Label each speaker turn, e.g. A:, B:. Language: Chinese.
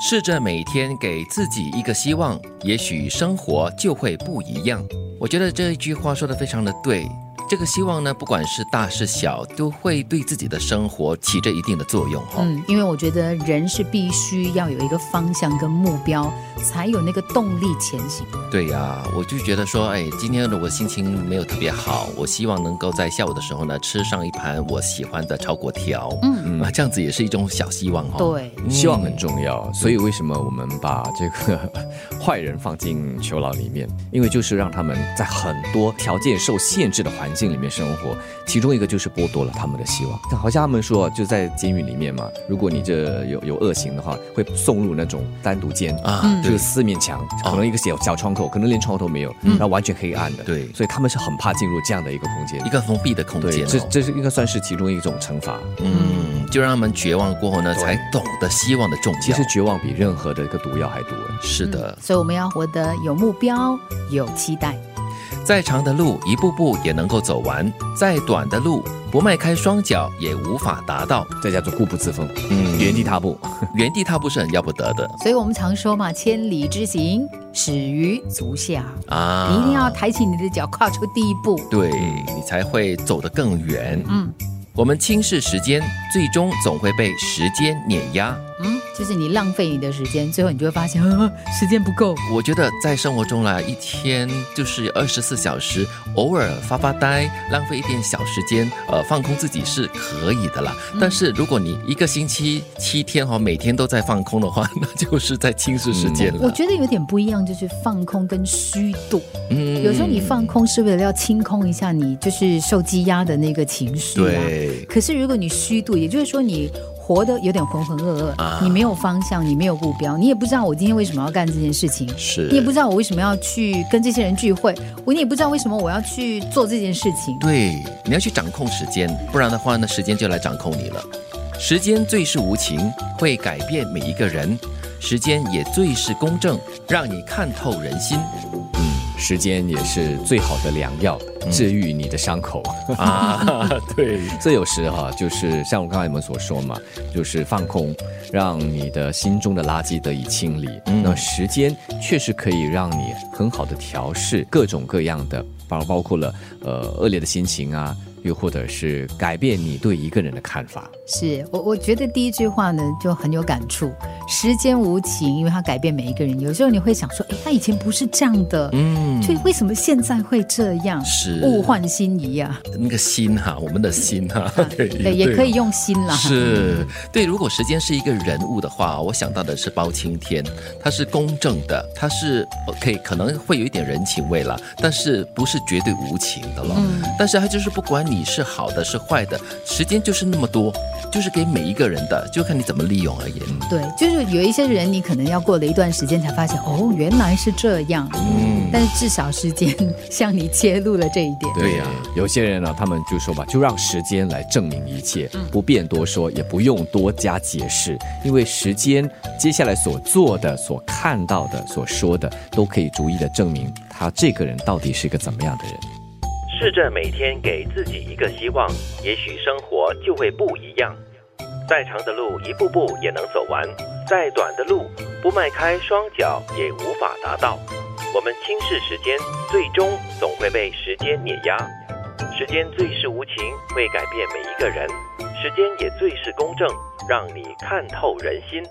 A: 试着每天给自己一个希望，也许生活就会不一样。我觉得这一句话说的非常的对。这个希望呢，不管是大是小，都会对自己的生活起着一定的作用哦哈、
B: 嗯，因为我觉得人是必须要有一个方向跟目标，才有那个动力前行。
A: 对呀、我就觉得说，哎，今天的我心情没有特别好，我希望能够在下午的时候呢，吃上一盘我喜欢的炒粿条，
B: 嗯
A: 嗯啊，这样子也是一种小希望哈、哦。
B: 对，
A: 嗯
C: 希望很重要，所以为什么我们把这个 坏人放进囚牢里面？因为就是让他们在很多条件受限制的环境里面生活，其中一个就是剥夺了他们的希望。好像他们说，就在监狱里面嘛，如果你这有有恶行的话，会送入那种单独间啊，
A: 啊，
C: 就
A: 对
C: 是四面墙，可能一个小小窗口，可能连窗户都没有，
A: 嗯
C: 然后完全黑暗的。
A: 对
C: 所以他们是很怕进入这样的一个空间
A: 一。个封闭的空
C: 对，
A: 间、哦，
C: 这这是应该算是其中一种惩罚。
A: 嗯，就让他们绝望过后呢，
C: 对
A: 才懂得希望的重要。
C: 其实绝望比任何的一个毒药还毒哎。
A: 是的，
B: 嗯所以我们要活得有目标、有期待。嗯
A: 再长的路一步步也能够走完，再短的路不迈开双脚也无法达到。
C: 这叫做固步自封，
A: 嗯
C: 原地踏步。
A: 原地踏步是很要不得的
B: 所以我们常说嘛，千里之行，始于足下。
A: 啊！
B: 你一定要抬起你的脚，跨出第一步。
A: 对你才会走得更远。
B: 嗯
A: 我们轻视时间，最终总会被时间碾压。
B: 嗯，就是你浪费你的时间，最后你就会发现， 呵呵时间不够。
A: 我觉得在生活中啦，一天就是二十四小时，偶尔发发呆，浪费一点小时间，呃，放空自己是可以的啦。
B: 嗯
A: 但是如果你一个星期七天哈、哦，每天都在放空的话，那就是在轻视时间
B: 我
A: 了。
B: 觉得有点不一样，就是放空跟虚度。
A: 嗯
B: 有时候你放空是为了要清空一下你就是受积压的那个情绪、啊。。
A: 对。
B: 可是如果你虚度，也就是说你活得有点浑浑噩噩，
A: 啊
B: 你没有方向，你没有目标，你也不知道我今天为什么要干这件事情。
A: 是，
B: 你也不知道我为什么要去跟这些人聚会，我也不知道为什么我要去做这件事情。
A: 对，你要去掌控时间，不然的话呢，时间就来掌控你了。时间最是无情，会改变每一个人；时间也最是公正，让你看透人心嗯
C: 时间也是最好的良药，治愈你的 伤口。
A: 啊！ 对，
C: 这有时哈、就是像我刚才你们所说嘛，就是放空，让你的心中的垃圾得以清理。
A: 嗯
C: 那时间确实可以让你很好的调试各种各样的，包包括了呃恶劣的心情啊，又或者是改变你对一个人的看法。
B: 是我，我觉得第一句话呢就很有感触。时间无情，因为它改变每一个人。有时候你会想说，哎，他以前不是这样的，
A: 嗯，
B: 所以为什么现在会这样？
A: 是
B: 物换星移 啊。
A: 那个心哈、我们的心哈、 对啊
B: 对，也可以。用心啦。
A: 是对，如果时间是一个人物的话，我想到的是包青天，他是公正的，他是呃可以可能会有一点人情味啦，但是不是绝对无情的了。
B: 嗯
A: 但是他就是不管你是好的是坏的，时间就是那么多，就是给每一个人的，就看你怎么利用而已。嗯
B: 对，就是有一些人，你可能要过了一段时间才发现，哦，原来是这样。
A: 嗯，
B: 但是至少时间 向你揭露了这一点。
A: 对呀
C: 有些人呢、他们就说吧，就让时间来证明一切，
B: 嗯
C: 不便多说，也不用多加解释，因为时间接下来所做的、所看到的、所说的，都可以逐一的证明他这个人到底是一个怎么样的人。
D: 试着每天给自己一个希望，也许生活就会不一样。再长的路一步步也能走完，再短的路不迈开双脚也无法达到。我们轻视时间，最终总会被时间碾压。时间最是无情，会改变每一个人；时间也最是公正，让你看透人心。